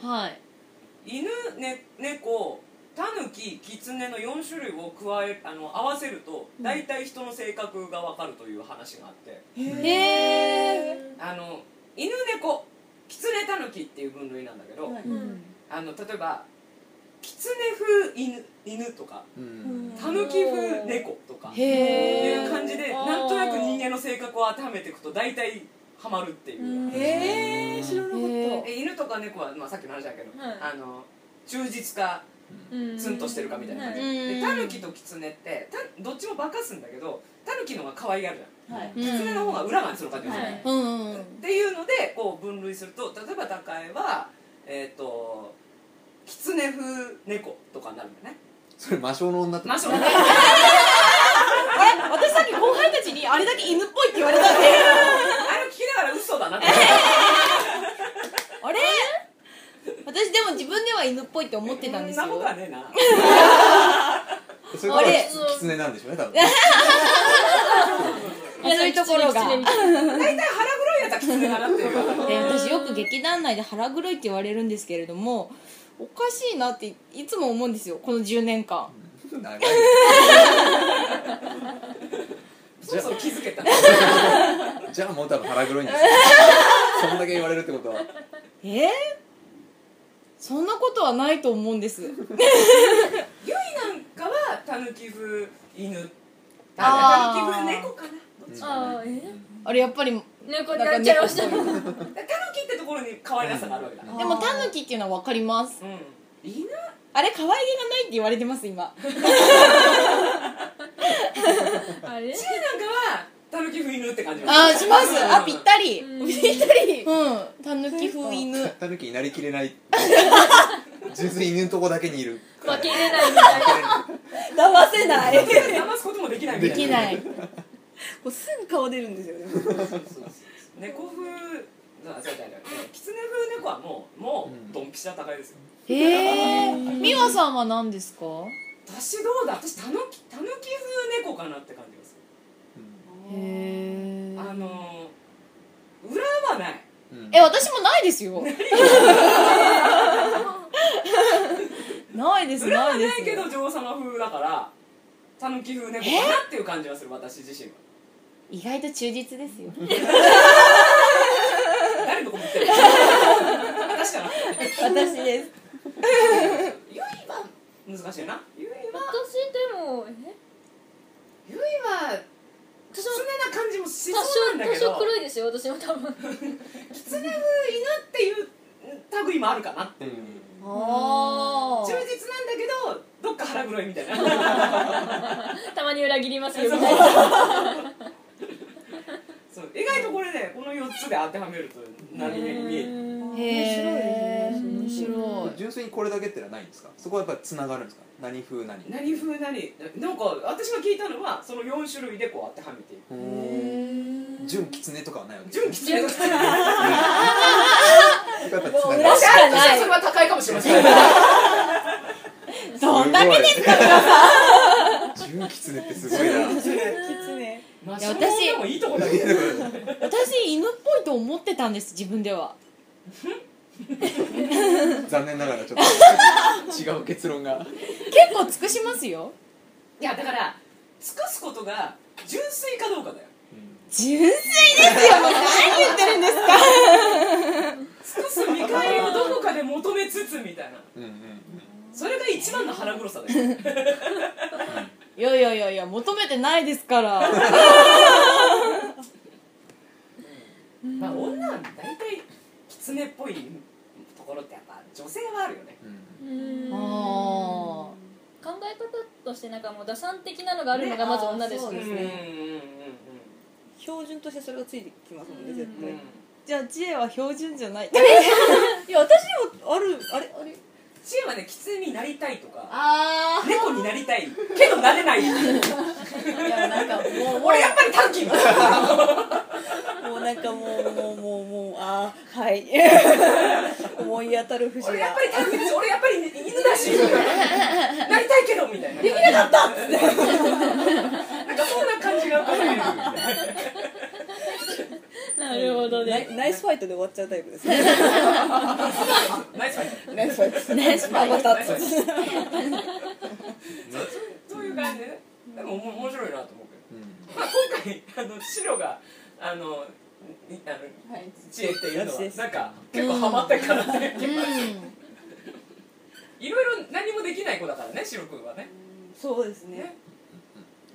はい犬、ね、猫タヌキキツネの4種類を加えあの合わせるとうん大体人の性格が分かるという話があって、へーあの犬猫キツネタヌキっていう分類なんだけど、はいうんあの例えばキツネ風犬犬とかうんタヌキ風猫とかいうへー感じであーなんとなく人間の性格を当てはめていくと大体ハマるっていう話。えー知らなかったへえ犬とか猫は、まあ、さっきの話だけど、はいあの忠実かうんツンとしてるかみたいな感じうんでうんタヌキとキツネってたどっちも化かすんだけどタヌキの方が可愛がるじゃんはいキツネの方が裏がする感じがする、はねいうんうんっていうのでこう分類すると例えば高江はえっ、とキツネ風猫とかになるんだよねそれ魔性の女っ てまあそうねえ私さっき後輩たちにあれだけ犬っぽいって言われたんであれを聞きながら嘘だなってあれ私でも自分では犬っぽいって思ってたんですよそんなことはねえなそれかあられキツネなんでしょうね多分そういうところが大体腹黒いやつはキツネだなっていう で私よく劇団内で腹黒いって言われるんですけれどもおかしいなっていつも思うんですよこの10年間長いそろそろ気づけたじゃあもう多分腹黒いんですよ そんだけ言われるってことはえー、そんなことはないと思うんですゆいなんかはタヌキ風犬ああータヌキ風猫かなどっちかなあーえあれやっぱりで猫になっちゃいましたなんでタヌキってところに可愛らしさがあるわけだうんもタヌキっていうのは分かりますうん犬あれ可愛げがないって言われてます今あれゆいなんかはタヌキ風犬って感じあーしますあぴったりうんうんぴったりタヌキ風犬タヌキになりきれない純粋に犬のとこだけにいる負けれないみたいな騙せない騙すこともできないみでたいきなないこうすぐ顔出るんですよね猫風あそうだよねキツネ風猫はもうもうドンピシャ高いですよええー、美和さんは何ですか私どうだ私タヌキタヌキ風猫かなって感じがすへえるあのー裏はないうんうんえ私もないですよないです裏なはいでなすいけど女王様風だからタヌキ風猫かなっていう感じはする私自身は意外と忠実ですよ誰のこと言ってる私かな私ですゆいは難しいなゆいは私でもえゆいはきつねな感じもしそうなんだ多け少多ど少黒いですよ私も多分きつね風犬っていう類もあるかなうんあ忠実なんだけどどっか腹黒いみたいな たまに裏切りますよみたいなそう意外とこれねこの4つで当てはめると何気にへえ面面白いです白い純粋にこれだけってのはないんですかそこはやっぱつながるんですか何風何何風何なんか私が聞いたのはその4種類でこう当てはめていく純キツネとか はないわけ純キ吉純吉やっぱつながる裏し かないそれは高いかもしれませんどんだけですかすごい純キツネってすご いな まあいや私私でもいいとこだけど私犬っぽいと思ってたんです自分では残念ながらちょっと違う結論が結構尽くしますよいやだから尽くすことが純粋かどうかだよ純粋ですよもう何言ってるんですか尽くす見返りをどこかで求めつつみたいなうんうんうんそれが一番の腹黒さだよいやいやいやいや求めてないですからまあ女は大体狐っぽいところってやっぱ女性はあるよねうんあー考え方としてなんかもう打算的なのがあるのがまず女ですうねんうんうんうん標準としてそれがついてきますもんねうん絶対、うんじゃあ知恵は標準じゃないいや私にもあるあれあれ知恵はね狐になりたいとかああ猫になりたいけどなれないいやなんかもうも俺やっぱり短期うもうなんかもうもうもうもうああはい思い当たる節俺やっがぱり短期です俺やっぱり犬だしみたいななりたいけどみたいなできなかったなんかそんな感じが浮かぶなるほどナねイナイスファイトで終わっちゃうタイプですねナイスファイトねそいつナイスパイまたつそういう感じでねでもおも面白いなと思うけどうんまあ、今回あの白があのいあのはい知恵っていうのは知恵ですなんか結構ハマったからね、うんいろいろ何もできない子だからね白くんはねそうですねね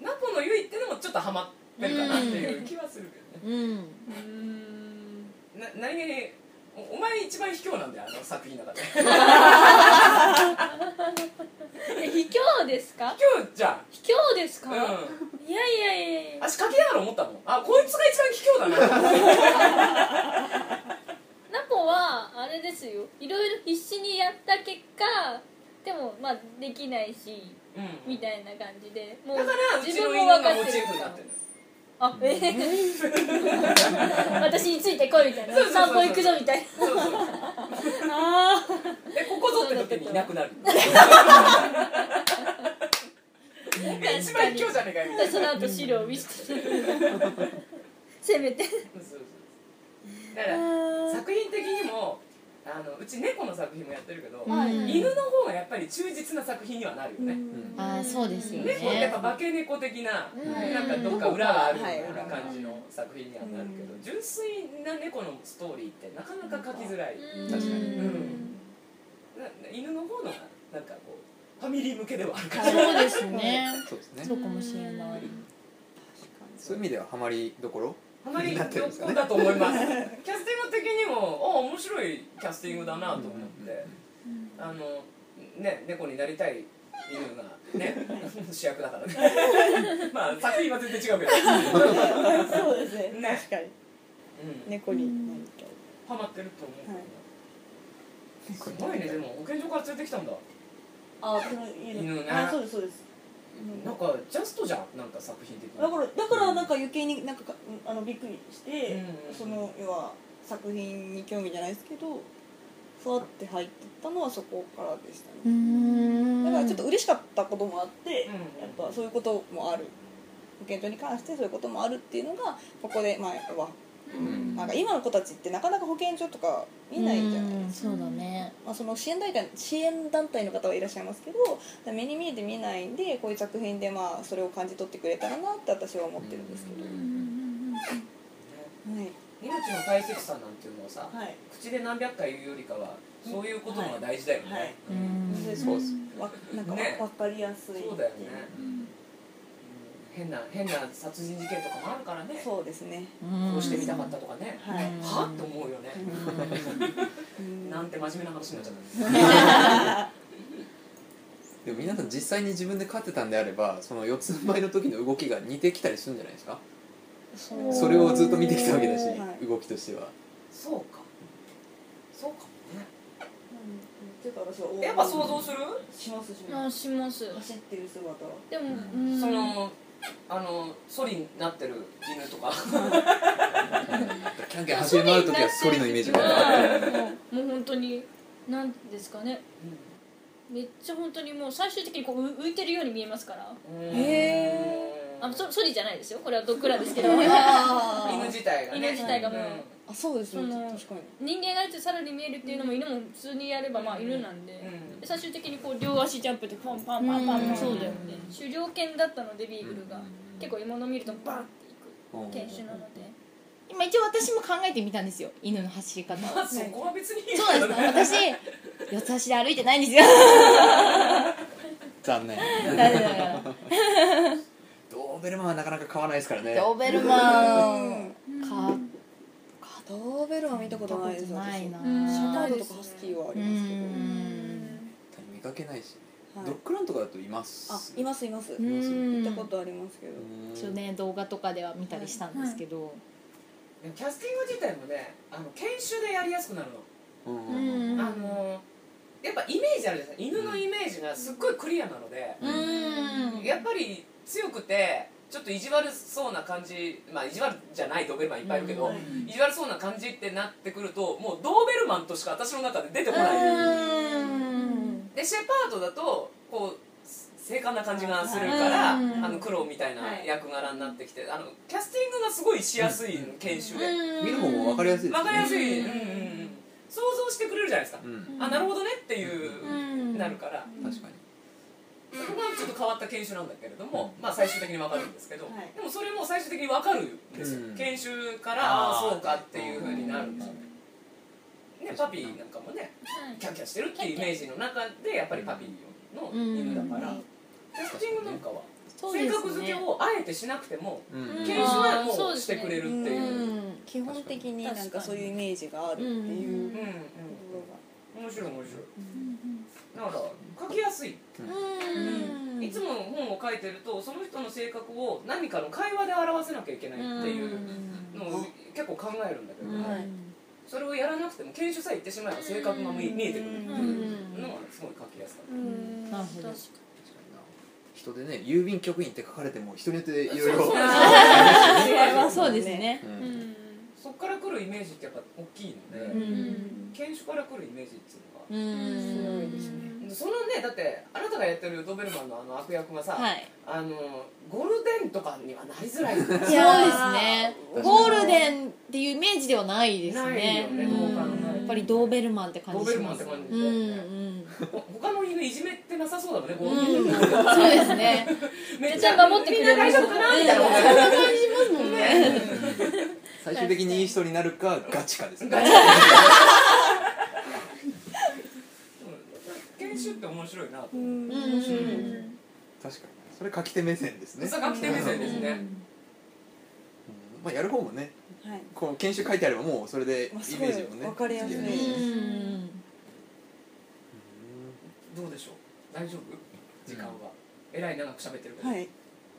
ナポのゆいってのもちょっとハマってるかなっていう気はするけどうねんな何気におお前一番卑怯なんだよあの作品の中で卑え卑怯ですか怯じゃん卑怯ですか、うんいやいやいやいや足かけながら思ったもんあこいつが一番卑怯だなナポはあれですよいろいろ必死にやった結果でもまあできないしうんみたいな感じでもうだからうち自の分犬も分がかっモチてーるフかにならってるあえー私についてこいみたいなそうそうそう散歩行くぞみたいなそうそうでここぞって時にいなくなる一番卑怯じゃねえかよみたでいなその後資料を見せてせめてそうそうそうだから作品的にもあのうち猫の作品もやってるけど、はいうん犬の方がやっぱり忠実な作品にはなるよね、うんあーそうですよね猫ってやっぱ化け猫的な、うんなんかどっか裏があるようなはい感じの作品にはなるけど、純粋な猫のストーリーってなかなか書きづらい、うん確かにうんな犬の方のがなんかこうファミリー向けではあるからそうですねそうですねそうかもしれないそういう意味ではハマりどころあまりなってるんですか横ねだと思いますキャスティング的にもあ面白いキャスティングだなと思って、あのね猫になりたい犬がね主役だからね まあ作品は全然違うけど、そうですねね確かにうん、猫になりたいハマってると思うけどね、すごいねでも保健所から連れてきたんだあこの家の犬ねあそうですそうですうんなんかジャストじゃんなんか作品的にだからだからなんか余計になんかかあのびっくりして、うんその要は作品に興味じゃないですけどふわって入ってったのはそこからでしたね、だからちょっと嬉しかったこともあっうて、んやっぱそういうこともある保健所に関してそういうこともあるっていうのがここでまあ要はうんなんか今の子たちってなかなか保健所とか見ないじゃないですか、そうだねまあ、その支援団体支援団体の方はいらっしゃいますけど目に見えて見えないんでこういう作品でまあそれを感じ取ってくれたらなって私は思ってるんですけど、はい命の大切さなんていうのはさ、はい、口で何百回言うよりかはそういうことの方が大事だよね、はいうんそうですわなんかわ、ねわかりやすいそうだよね、変な変な殺人事件とかもあるからねそうですねこうしてみたかったとかね、はい、はって思うよね、うんなんて真面目な話になっちゃったでも皆さん実際に自分で飼ってたんであればその四つん這いの時の動きが似てきたりするんじゃないですかそうそれをずっと見てきたわけだしはい動きとしてはそうかそうかもうんちょっと私はねやっぱ想像する、しますしあますします走ってる姿はでも、ううんそのあのソリになってる犬とかキャンキャン走り回る時はソリのイメージがはもうもう本当になんですかねめっちゃ本当にもう最終的にこうう浮いてるように見えますからへあそソリじゃないですよこれはドッグラですけど犬あ自体がね犬自体がもうあそうですねその確かに人間がやってさらに見えるっていうのも犬も普通にやればまあ犬なんでうんで最終的にこう両足ジャンプでパンパンパンパンパンそうだよね狩猟犬だったのでビーグルがうん結構獲物見るとバンっていくうん犬種なので今一応私も考えてみたんですよ犬の走り方まあそこは別にいいそうなんですか私四つ足で歩いてないんです よ残念だからドーベルマンはなかなか飼わないですからねドーベルマンかかドーベルは見たことないですないな私うんシェパードとかハスキーはありますけど、うん見かけないしねはいドッグランとかだといますあいますいますう見んたことありますけど、うん一応ね動画とかでは見たりしたんですけど、キャスティング自体もねあの犬種でやりやすくなるのうんうんあのやっぱイメージあるじゃない犬のイメージがすっごいクリアなので、うんやっぱり強くてちょっと意地悪そうな感じまあ意地悪じゃないドーベルマンいっぱいいるけど、意地悪そうな感じってなってくるともうドーベルマンとしか私の中で出てこない、うんでシェパードだとこう精悍な感じがするから、うんあの苦労みたいな役柄になってきてあのキャスティングがすごいしやすい研修で、見る方も分かりやすいですねわかりやすい、うんうんうん想像してくれるじゃないですか、うんあなるほどねっっていう、んなるから、確かにそこはちょっと変わった研修なんだけれども、まあ最終的に分かるんですけど、はいでもそれも最終的に分かるんですよ、うん研修からああーあそうかっていうふうになるんですよね、ねパピーなんかもねはいキャンキャンしてるっていうイメージの中でやっぱりパピーの犬だから、テスティングなんかはそうで性すね格付けをあえてしなくてもうんうん研修はもうしてくれるっていう、うんうん基本的になんかそういうイメージがあるっていううん面白い面白いだから書きやすいうんいつも本を書いてるとその人の性格を何かの会話で表せなきゃいけないっていうのを結構考えるんだけど、はいそれをやらなくても研修さえ行ってしまえば性格が見見えてくるっていうのはすごい書きやすか った。うんなるほど確か確かにな人でね郵便局員って書かれても人によっていろいろまあそうですねうにうんんそこから来るイメージってやっぱ大きいので、うんうん研修から来るイメージっていうのが、うんそのねだってあなたがやってるドベルマンのあの悪役がさ、はいあのゴールデンとかにはなりづらいそうですねーゴールデンっていうイメージではないですないねよねうんどう考えてもやっぱりドーベルマンって感ドじベしルマまンってす感じうで、んうんほ他の犬いじめってなさそうだもんねゴールデン、そうですねめめっちゃ守ってくれるみんな大丈夫かなみたいなそんな感じしますもんね最終的にいい人になるかガチかですね研修って面白いなと、うんうん確かにそれ書き手目線ですねそれ書き手目線ですね、うんまあやる方もねはいこう研修書いてあればもうそれでイまあすごメいージもねわかりやすいできうるんしどうでしょう大丈夫時間は、えらい長く喋ってるけど、はいい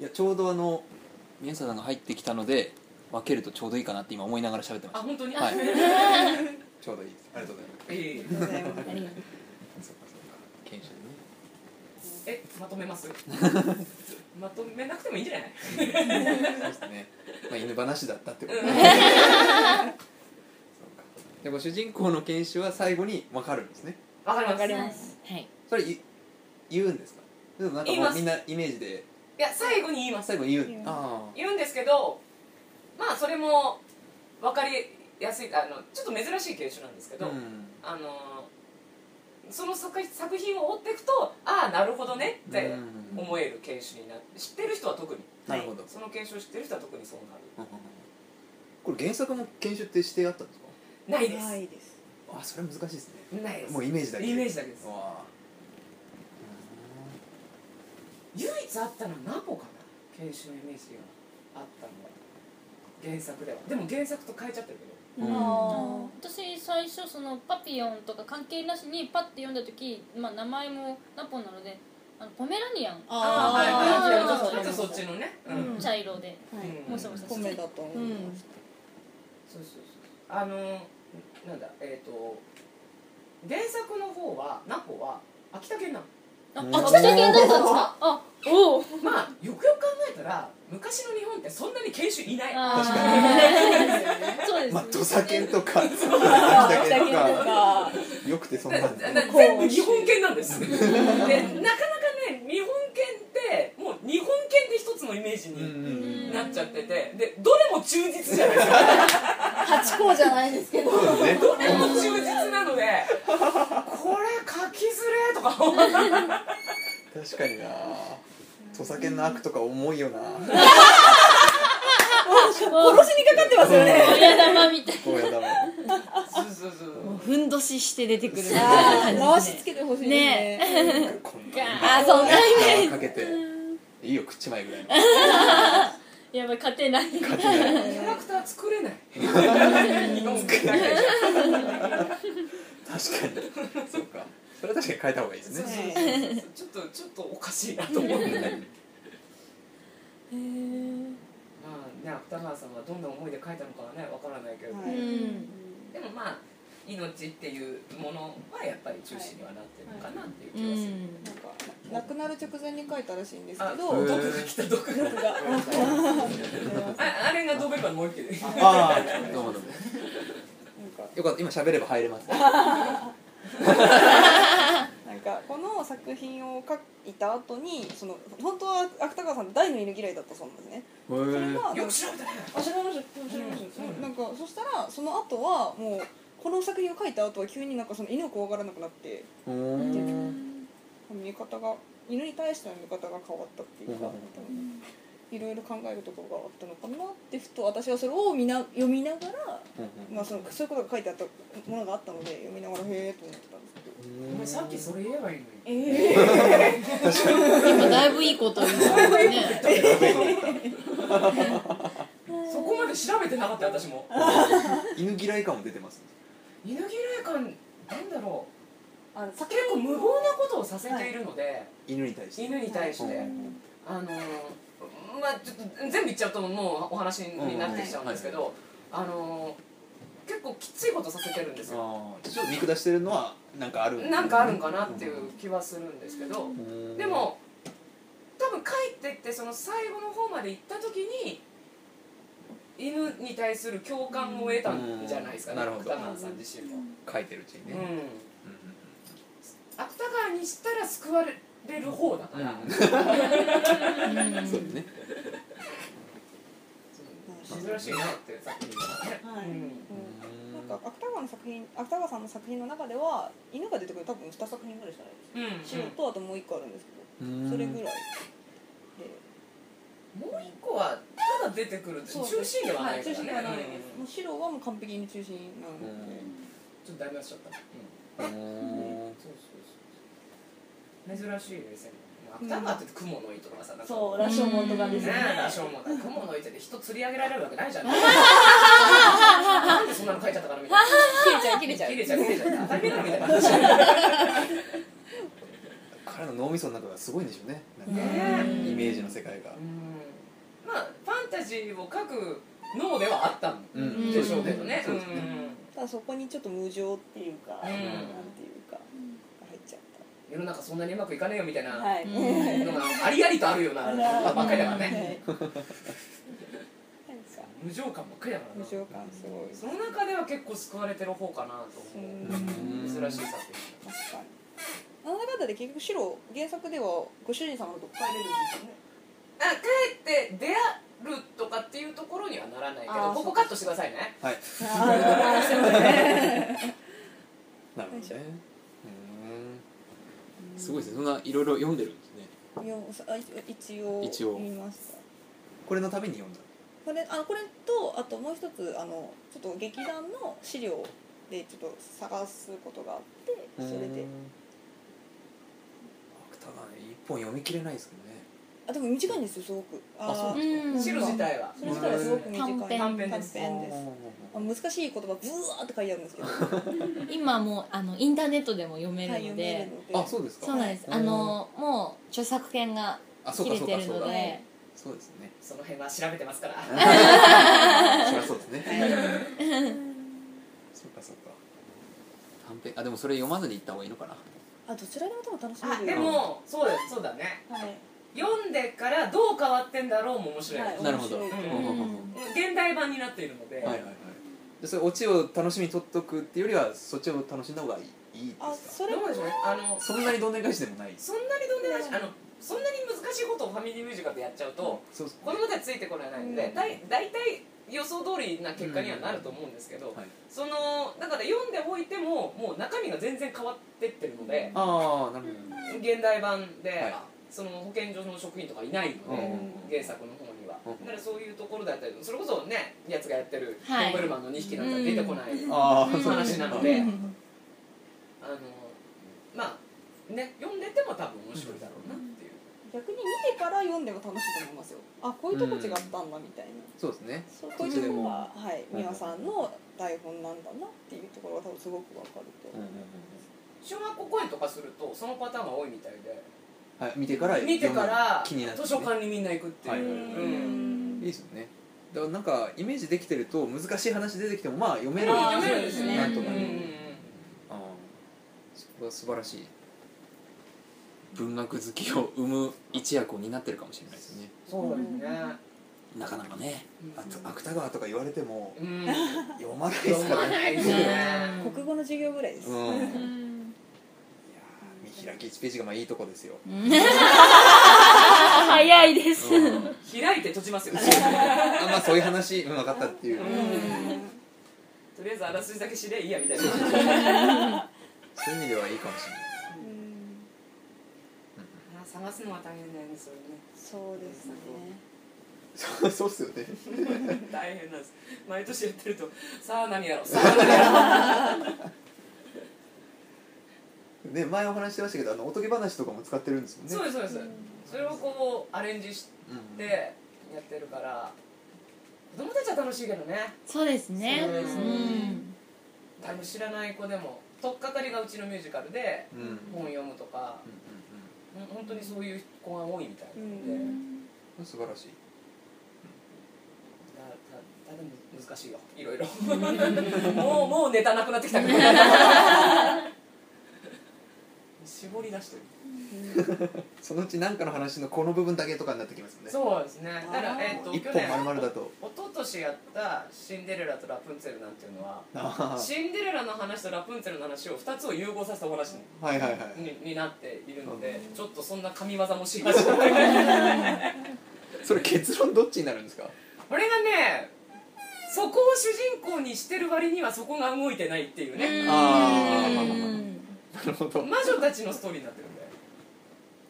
やちょうどあの宮下さんが入ってきたので分けるとちょうどいいかなって今思いながら喋ってまあし本当に、たはいちょうどいいですありがとうござい まいえいえありがとうございますありがとうすそっかそっか研修ねえまとめますまとめなくてもいいんじゃないそうですね。まあ犬話だったってこと。うんそうかでも主人公の研修は最後に分かるんですね。わかりますわかりはまいすはいそれい言うんですか。でもなんか言いもまうすみんなイメージでいや最後に言います最後に言う言い。ますあ言うんですけどまあそれも分かりやすいあのちょっと珍しい研修なんですけあ。うど、ん。あのその作作品を追っていくとああなるほどねってうん思える研修になって知ってる人は特になるほど。その研修を知ってる人は特にそうなるうんこれ原作も研修って指定あったんですか。ないです、ないですあ、それ難しいですね。ないですもうイメージだけ。イメージだけですわあ。唯一あったのは何個かな研修のイメージがあったのは原作ではでも原作と変えちゃってるけどうん私最初そのパピヨンとか関係なしにパッて読んだ時、まあ、名前もナポンなのであのポメラニアンああはいはいあはいちょっとそっちのねうん、うん茶色ではいうんもしもし米だと思いますそうそうそうあのなんだえっ、と原作の方はナポは秋田県なのあうん秋田県だったんですかあおおまあよくよく考えたら昔の日本ってそんなに研修いないあ確ーそうですねまあ土佐犬 とか秋あ田ー犬とだかかよくてそんだなだんで。だ全部日本犬なんですでなかなかね日本犬ってもう日本犬で一つのイメージうんにうんうん。なっちゃっててでどれも忠実じゃないですか八甲じゃないですけどそうですね。どれも忠実なのでこれ書きづれとか思う確かにな土佐犬の悪とか重いよな殺しにかかってますよね親玉みたいゴーヤだもんそうそうそうふんどしして出てくるみたいな回感しじつでけてほしいですねねこんあーそんななにかけていいよ食っちまえぐらいのやばい勝てない勝手に キャラクター作れない日本作作れれなないい確かにそうかそれは確かに変えた方がいいですねねちょっとちょっとおかしいなと思ってねまあね芥川さんはどんな思いで書いたのかはねわからないけど、はういんでもまあ命っていうものはやっぱり中心にはなってるのかなっていうう気がする、んなんか亡くなる直前に書いたらしいんですあけ毒どへが来た毒がああれがドベルマンのもう一人ああどうもどうもなんかよかった今喋れば入れますねなんかこの作品を書いた後にその本当は芥川さん大の犬嫌いだったそうなんですね。それがなんよかく調べたねあ知らました知らました。なんかそしたらその後はもうこの作品を書いた後は急になんかその犬を怖がらなくなってうーん見え方が犬に対しての見方が変わったっていうか、うんいろいろ考えるところがあったのかなってふと私はそれを見な読みながら、まあ、そのそういうことが書いてあったものがあったので読みながらへえと思ってたんですけど。お前さっきそれ言えばいいのにえ 今だいぶいいこと言うねそこまで調べてなかったよ私も犬嫌い感も出てます犬嫌い感なんだろうあの結構無謀なことをさせているので、犬に対して犬に対して、うんあのーまあちょっと全部言っちゃうともうお話になってきちゃうんですけど、あのー結構きついことさせてるんですよああちょっと見下してるのはなんかあるなんかあるんかなっていう気はするんですけど、うんでも多分帰ってってその最後の方まで行った時に犬に対する共感を得たんじゃないですかね、うんなるほど芥川さん自身も。書いてるうちにうんね芥川にしたら救われる方だかうんら、うんそうね珍しいなっていう作品がね、はいうんうんなんか芥川の作品芥川さんの作品の中では犬が出てくる多分2作品ぐらいじゃないですうんか白とあともう1個あるんですけどそれぐらいでもう一個はただ出てくる中心ではないから中心ねではないです、うんもう白はもう完璧に中心なので、ちょっとだいぶやっちゃった、うんうんそうそうそう珍しい目線芥川って雲の糸とかさなんかそう羅生門とかですねよねえ羅生門だ雲の糸で人釣り上げられるわけないじゃんなんでそんなの書いちゃったからみたいな切れちゃう切れちゃう切れちゃう切れちゃう当たり前だみたいな話ね彼の脳みその中がすごいんでしょうねなんかえイメージの世界がまあファンタジーを書く脳ではあったんうんでしょうけどねそうですねただそこにちょっと無情っていうか、うんなんていうか、入っちゃっうん世の中そんなにうまくいかねえよみたいなたはい、うなんかんのがありありとあるようなことばっかりだからね無情感ばっかりだから無な情感すごいその中では結構救われてる方かなとう思んう珍しい作確かになんだかんだで結局白原作ではご主人様のとこ帰れるんですよね品で出会るとかっていうところにはならないけあどーここカットしてくださいねはいああすいまなるほどねうんすごいですねそんないろいろ読んでるんですね一応一応見ましたこれのために読んだこれあこれとあともう一つあのちょっと劇団の資料でちょっと探すことがあってそれでうん芥川ね一本読み切れないですけどねあでも短いんですよすごくあそうなあんでーうん白自体はそれ自体はすごく短い短編短編です短編ですあ難しい言葉ブワーって書いてあるんですけど今もうあのインターネットでも読めはいるの読めでるのであそうですかそうなんですあのもう著作権があそう切かれてそうかるそうのかでそうです ねその辺は調べてますからそりゃそうですねそうかそうか短編あでもそれ読まずに行った方がいいのかなあどちらでも多分楽しあめでるよもそうだそうだねはい読んでからどう変わってんだろうも面白い、はいなるほど面白いうんうんうんうん現代版になっているので、はいはいはいでそれオチを楽しみに取っとくっていうよりはそっちを楽しんだ方がいいいいあですかそれどうでしょうねあのそんなにどんでん返しでもないそんなにどんでないしあのそんなに難しいことをファミリーミュージカルでやっちゃうと、そう子供たちついてこられないので、うんだい大体予想通りな結果にはなると思うんですけど、はいそのだから読んでおいてももう中身が全然変わってってるので、ああなるほど現代版で、はいあその保健所の職員とかいないので、うん原作の方には、うんだからそういうところだったりそれこそねやつがやってるはいノンブルマンの2匹なんか出てこない、ああ話なのので、あのまあね読んでても多分面白いだろうなっていう、逆に見てから読んでも楽しいと思いますよあこういうとこ違ったんだみたいな、そうですねそうこういうところが、はい美和さんの台本なんだなっていうところが多分すごくわかると、うんうんうん小学校公演とかするとそのパターンが多いみたいではい見てから読む見てから気になってね図書館にみんな行くっていう、はいはいはいうんいいですよねだからなんかイメージできてると難しい話出てきてもまあ読める読めるんですよねなんとかうんうんうんねああそこは素晴らしい文学好きを生む一役を担ってるかもしれないですねそうですね、なかなかねうんあと芥川とか言われてもうん、読まないです読かまらねないですね国語の授業ぐらいです、うんはいいやうーん見開き1ページがまあいいとこですよ、早いですうん、開いて閉じますよねあまあそういう話、うん、分かったっていううんとりりあえずあらすじだけ知れいいやみたいなそういう意味ではいいかもしれないうんあ探すのは大変だよねそれ ねそうですねそうそうっすよね大変なんです毎年やってるとさあ何やろうさあ何やろうね前お話してましたけどあのおとぎ話とかも使ってるんですもんねそうですそうです、それをこうアレンジしてうんやってるから子供たちは楽しいけどねそうですねそうですねうん多分知らない子でも取っかかりがうちのミュージカルでうんうんうんうん本読むとか、ほん本当にそういう子が多いみたいなので、ううん素晴らしいだだだでも難しいよいろいろ もうもうネタなくなってきたけど絞り出してるそのうち何かの話のこの部分だけとかになってきますもんねそうですねだからあーえっ、と一去本年丸々だと一昨年やった「シンデレラとラプンツェル」なんていうのはあーシンデレラの話とラプンツェルの話を2つを融合させたお話にはいはいはいにになっているのでちょっとそんな神業もしましたあそれ結論どっちになるんですかれがねそこを主人公にしてる割にはそこが動いてないっていうねあーまあまあまあなるほど魔女たちのストーリーになってるんで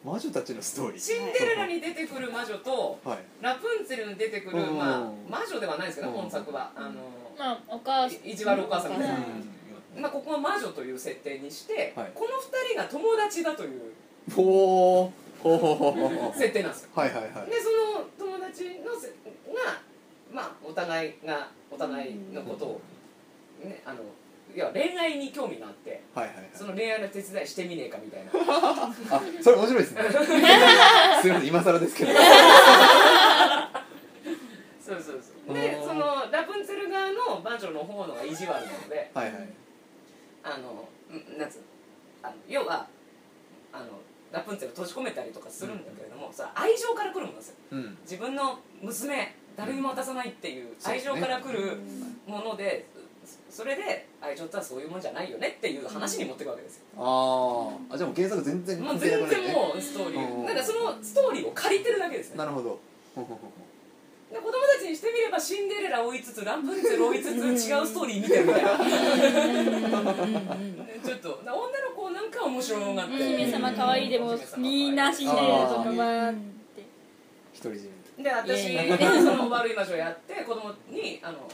魔女たちのストーリーシンデレラに出てくる魔女とはいラプンツェルに出てくる、うんまあ、魔女ではないですけどうん本作はあのまあお母さんい意地悪お母さんみたいなう、まあ、ここは魔女という設定にして、はいこの2人が友達だというおおほうほうほうほうほ設定なんですようはいはいはいでその友達のせが、まあ、お互いがお互いのことを、ね、あのいや恋愛に興味があってはいはいはいその恋愛の手伝いしてみねえかみたいなあそれ面白いです ねすいません今更ですけどそうそうそうであーそのラプンツェル側の魔女の方のが意地悪なのではいはいあのんなんつうのあの要はあのラプンツェルを閉じ込めたりとかするんだけれども、それは愛情から来るものなんですようん自分の娘誰にも渡さないっていうそう愛です情ねから来るものでそそれで愛情とはそういうもんじゃないよねっていう話に持っていくわけですよ、あーあじゃあもう原作全然もう関係な全くなる然ねもうストーリうーんなんかそのストーリーを借りてるだけですねなるほどほうほうほうほで子供たちにしてみればシンデレラ追いつつランプンツェル追いつつ違うストーリー見てるみたいな ちょっと女の子なんか面白がって姫様可愛いでもお姫様可愛いみんなシンデレラとかはってう独り占めで私イエその悪い魔女やって子供にあの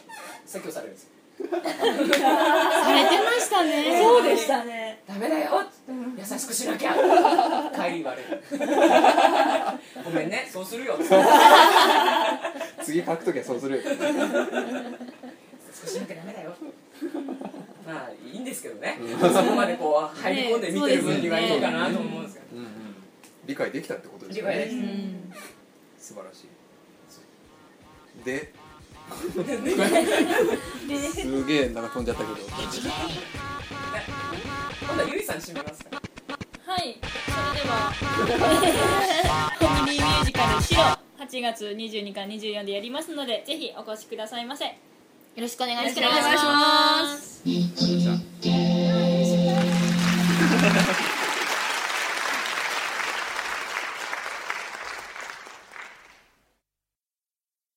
説教されるんですよされてましたねそうでしたねダメだよ優しくしなきゃ帰り悪いごめんねそうするよ優し次書くときはそうするくしなきゃダメだよまあいいんですけどねそこまでこう入り込んで見てる分にはいいのかなと思うんですけどうんうん理解できたってことです理よね解ですうん素晴らしいですげえなんか飛んじゃったけど今度はゆいさん締めますかはいそれではコメディミュージカル「白」8月22から24でやりますのでぜひお越しくださいませよよろしくお願いしお願いしますますあ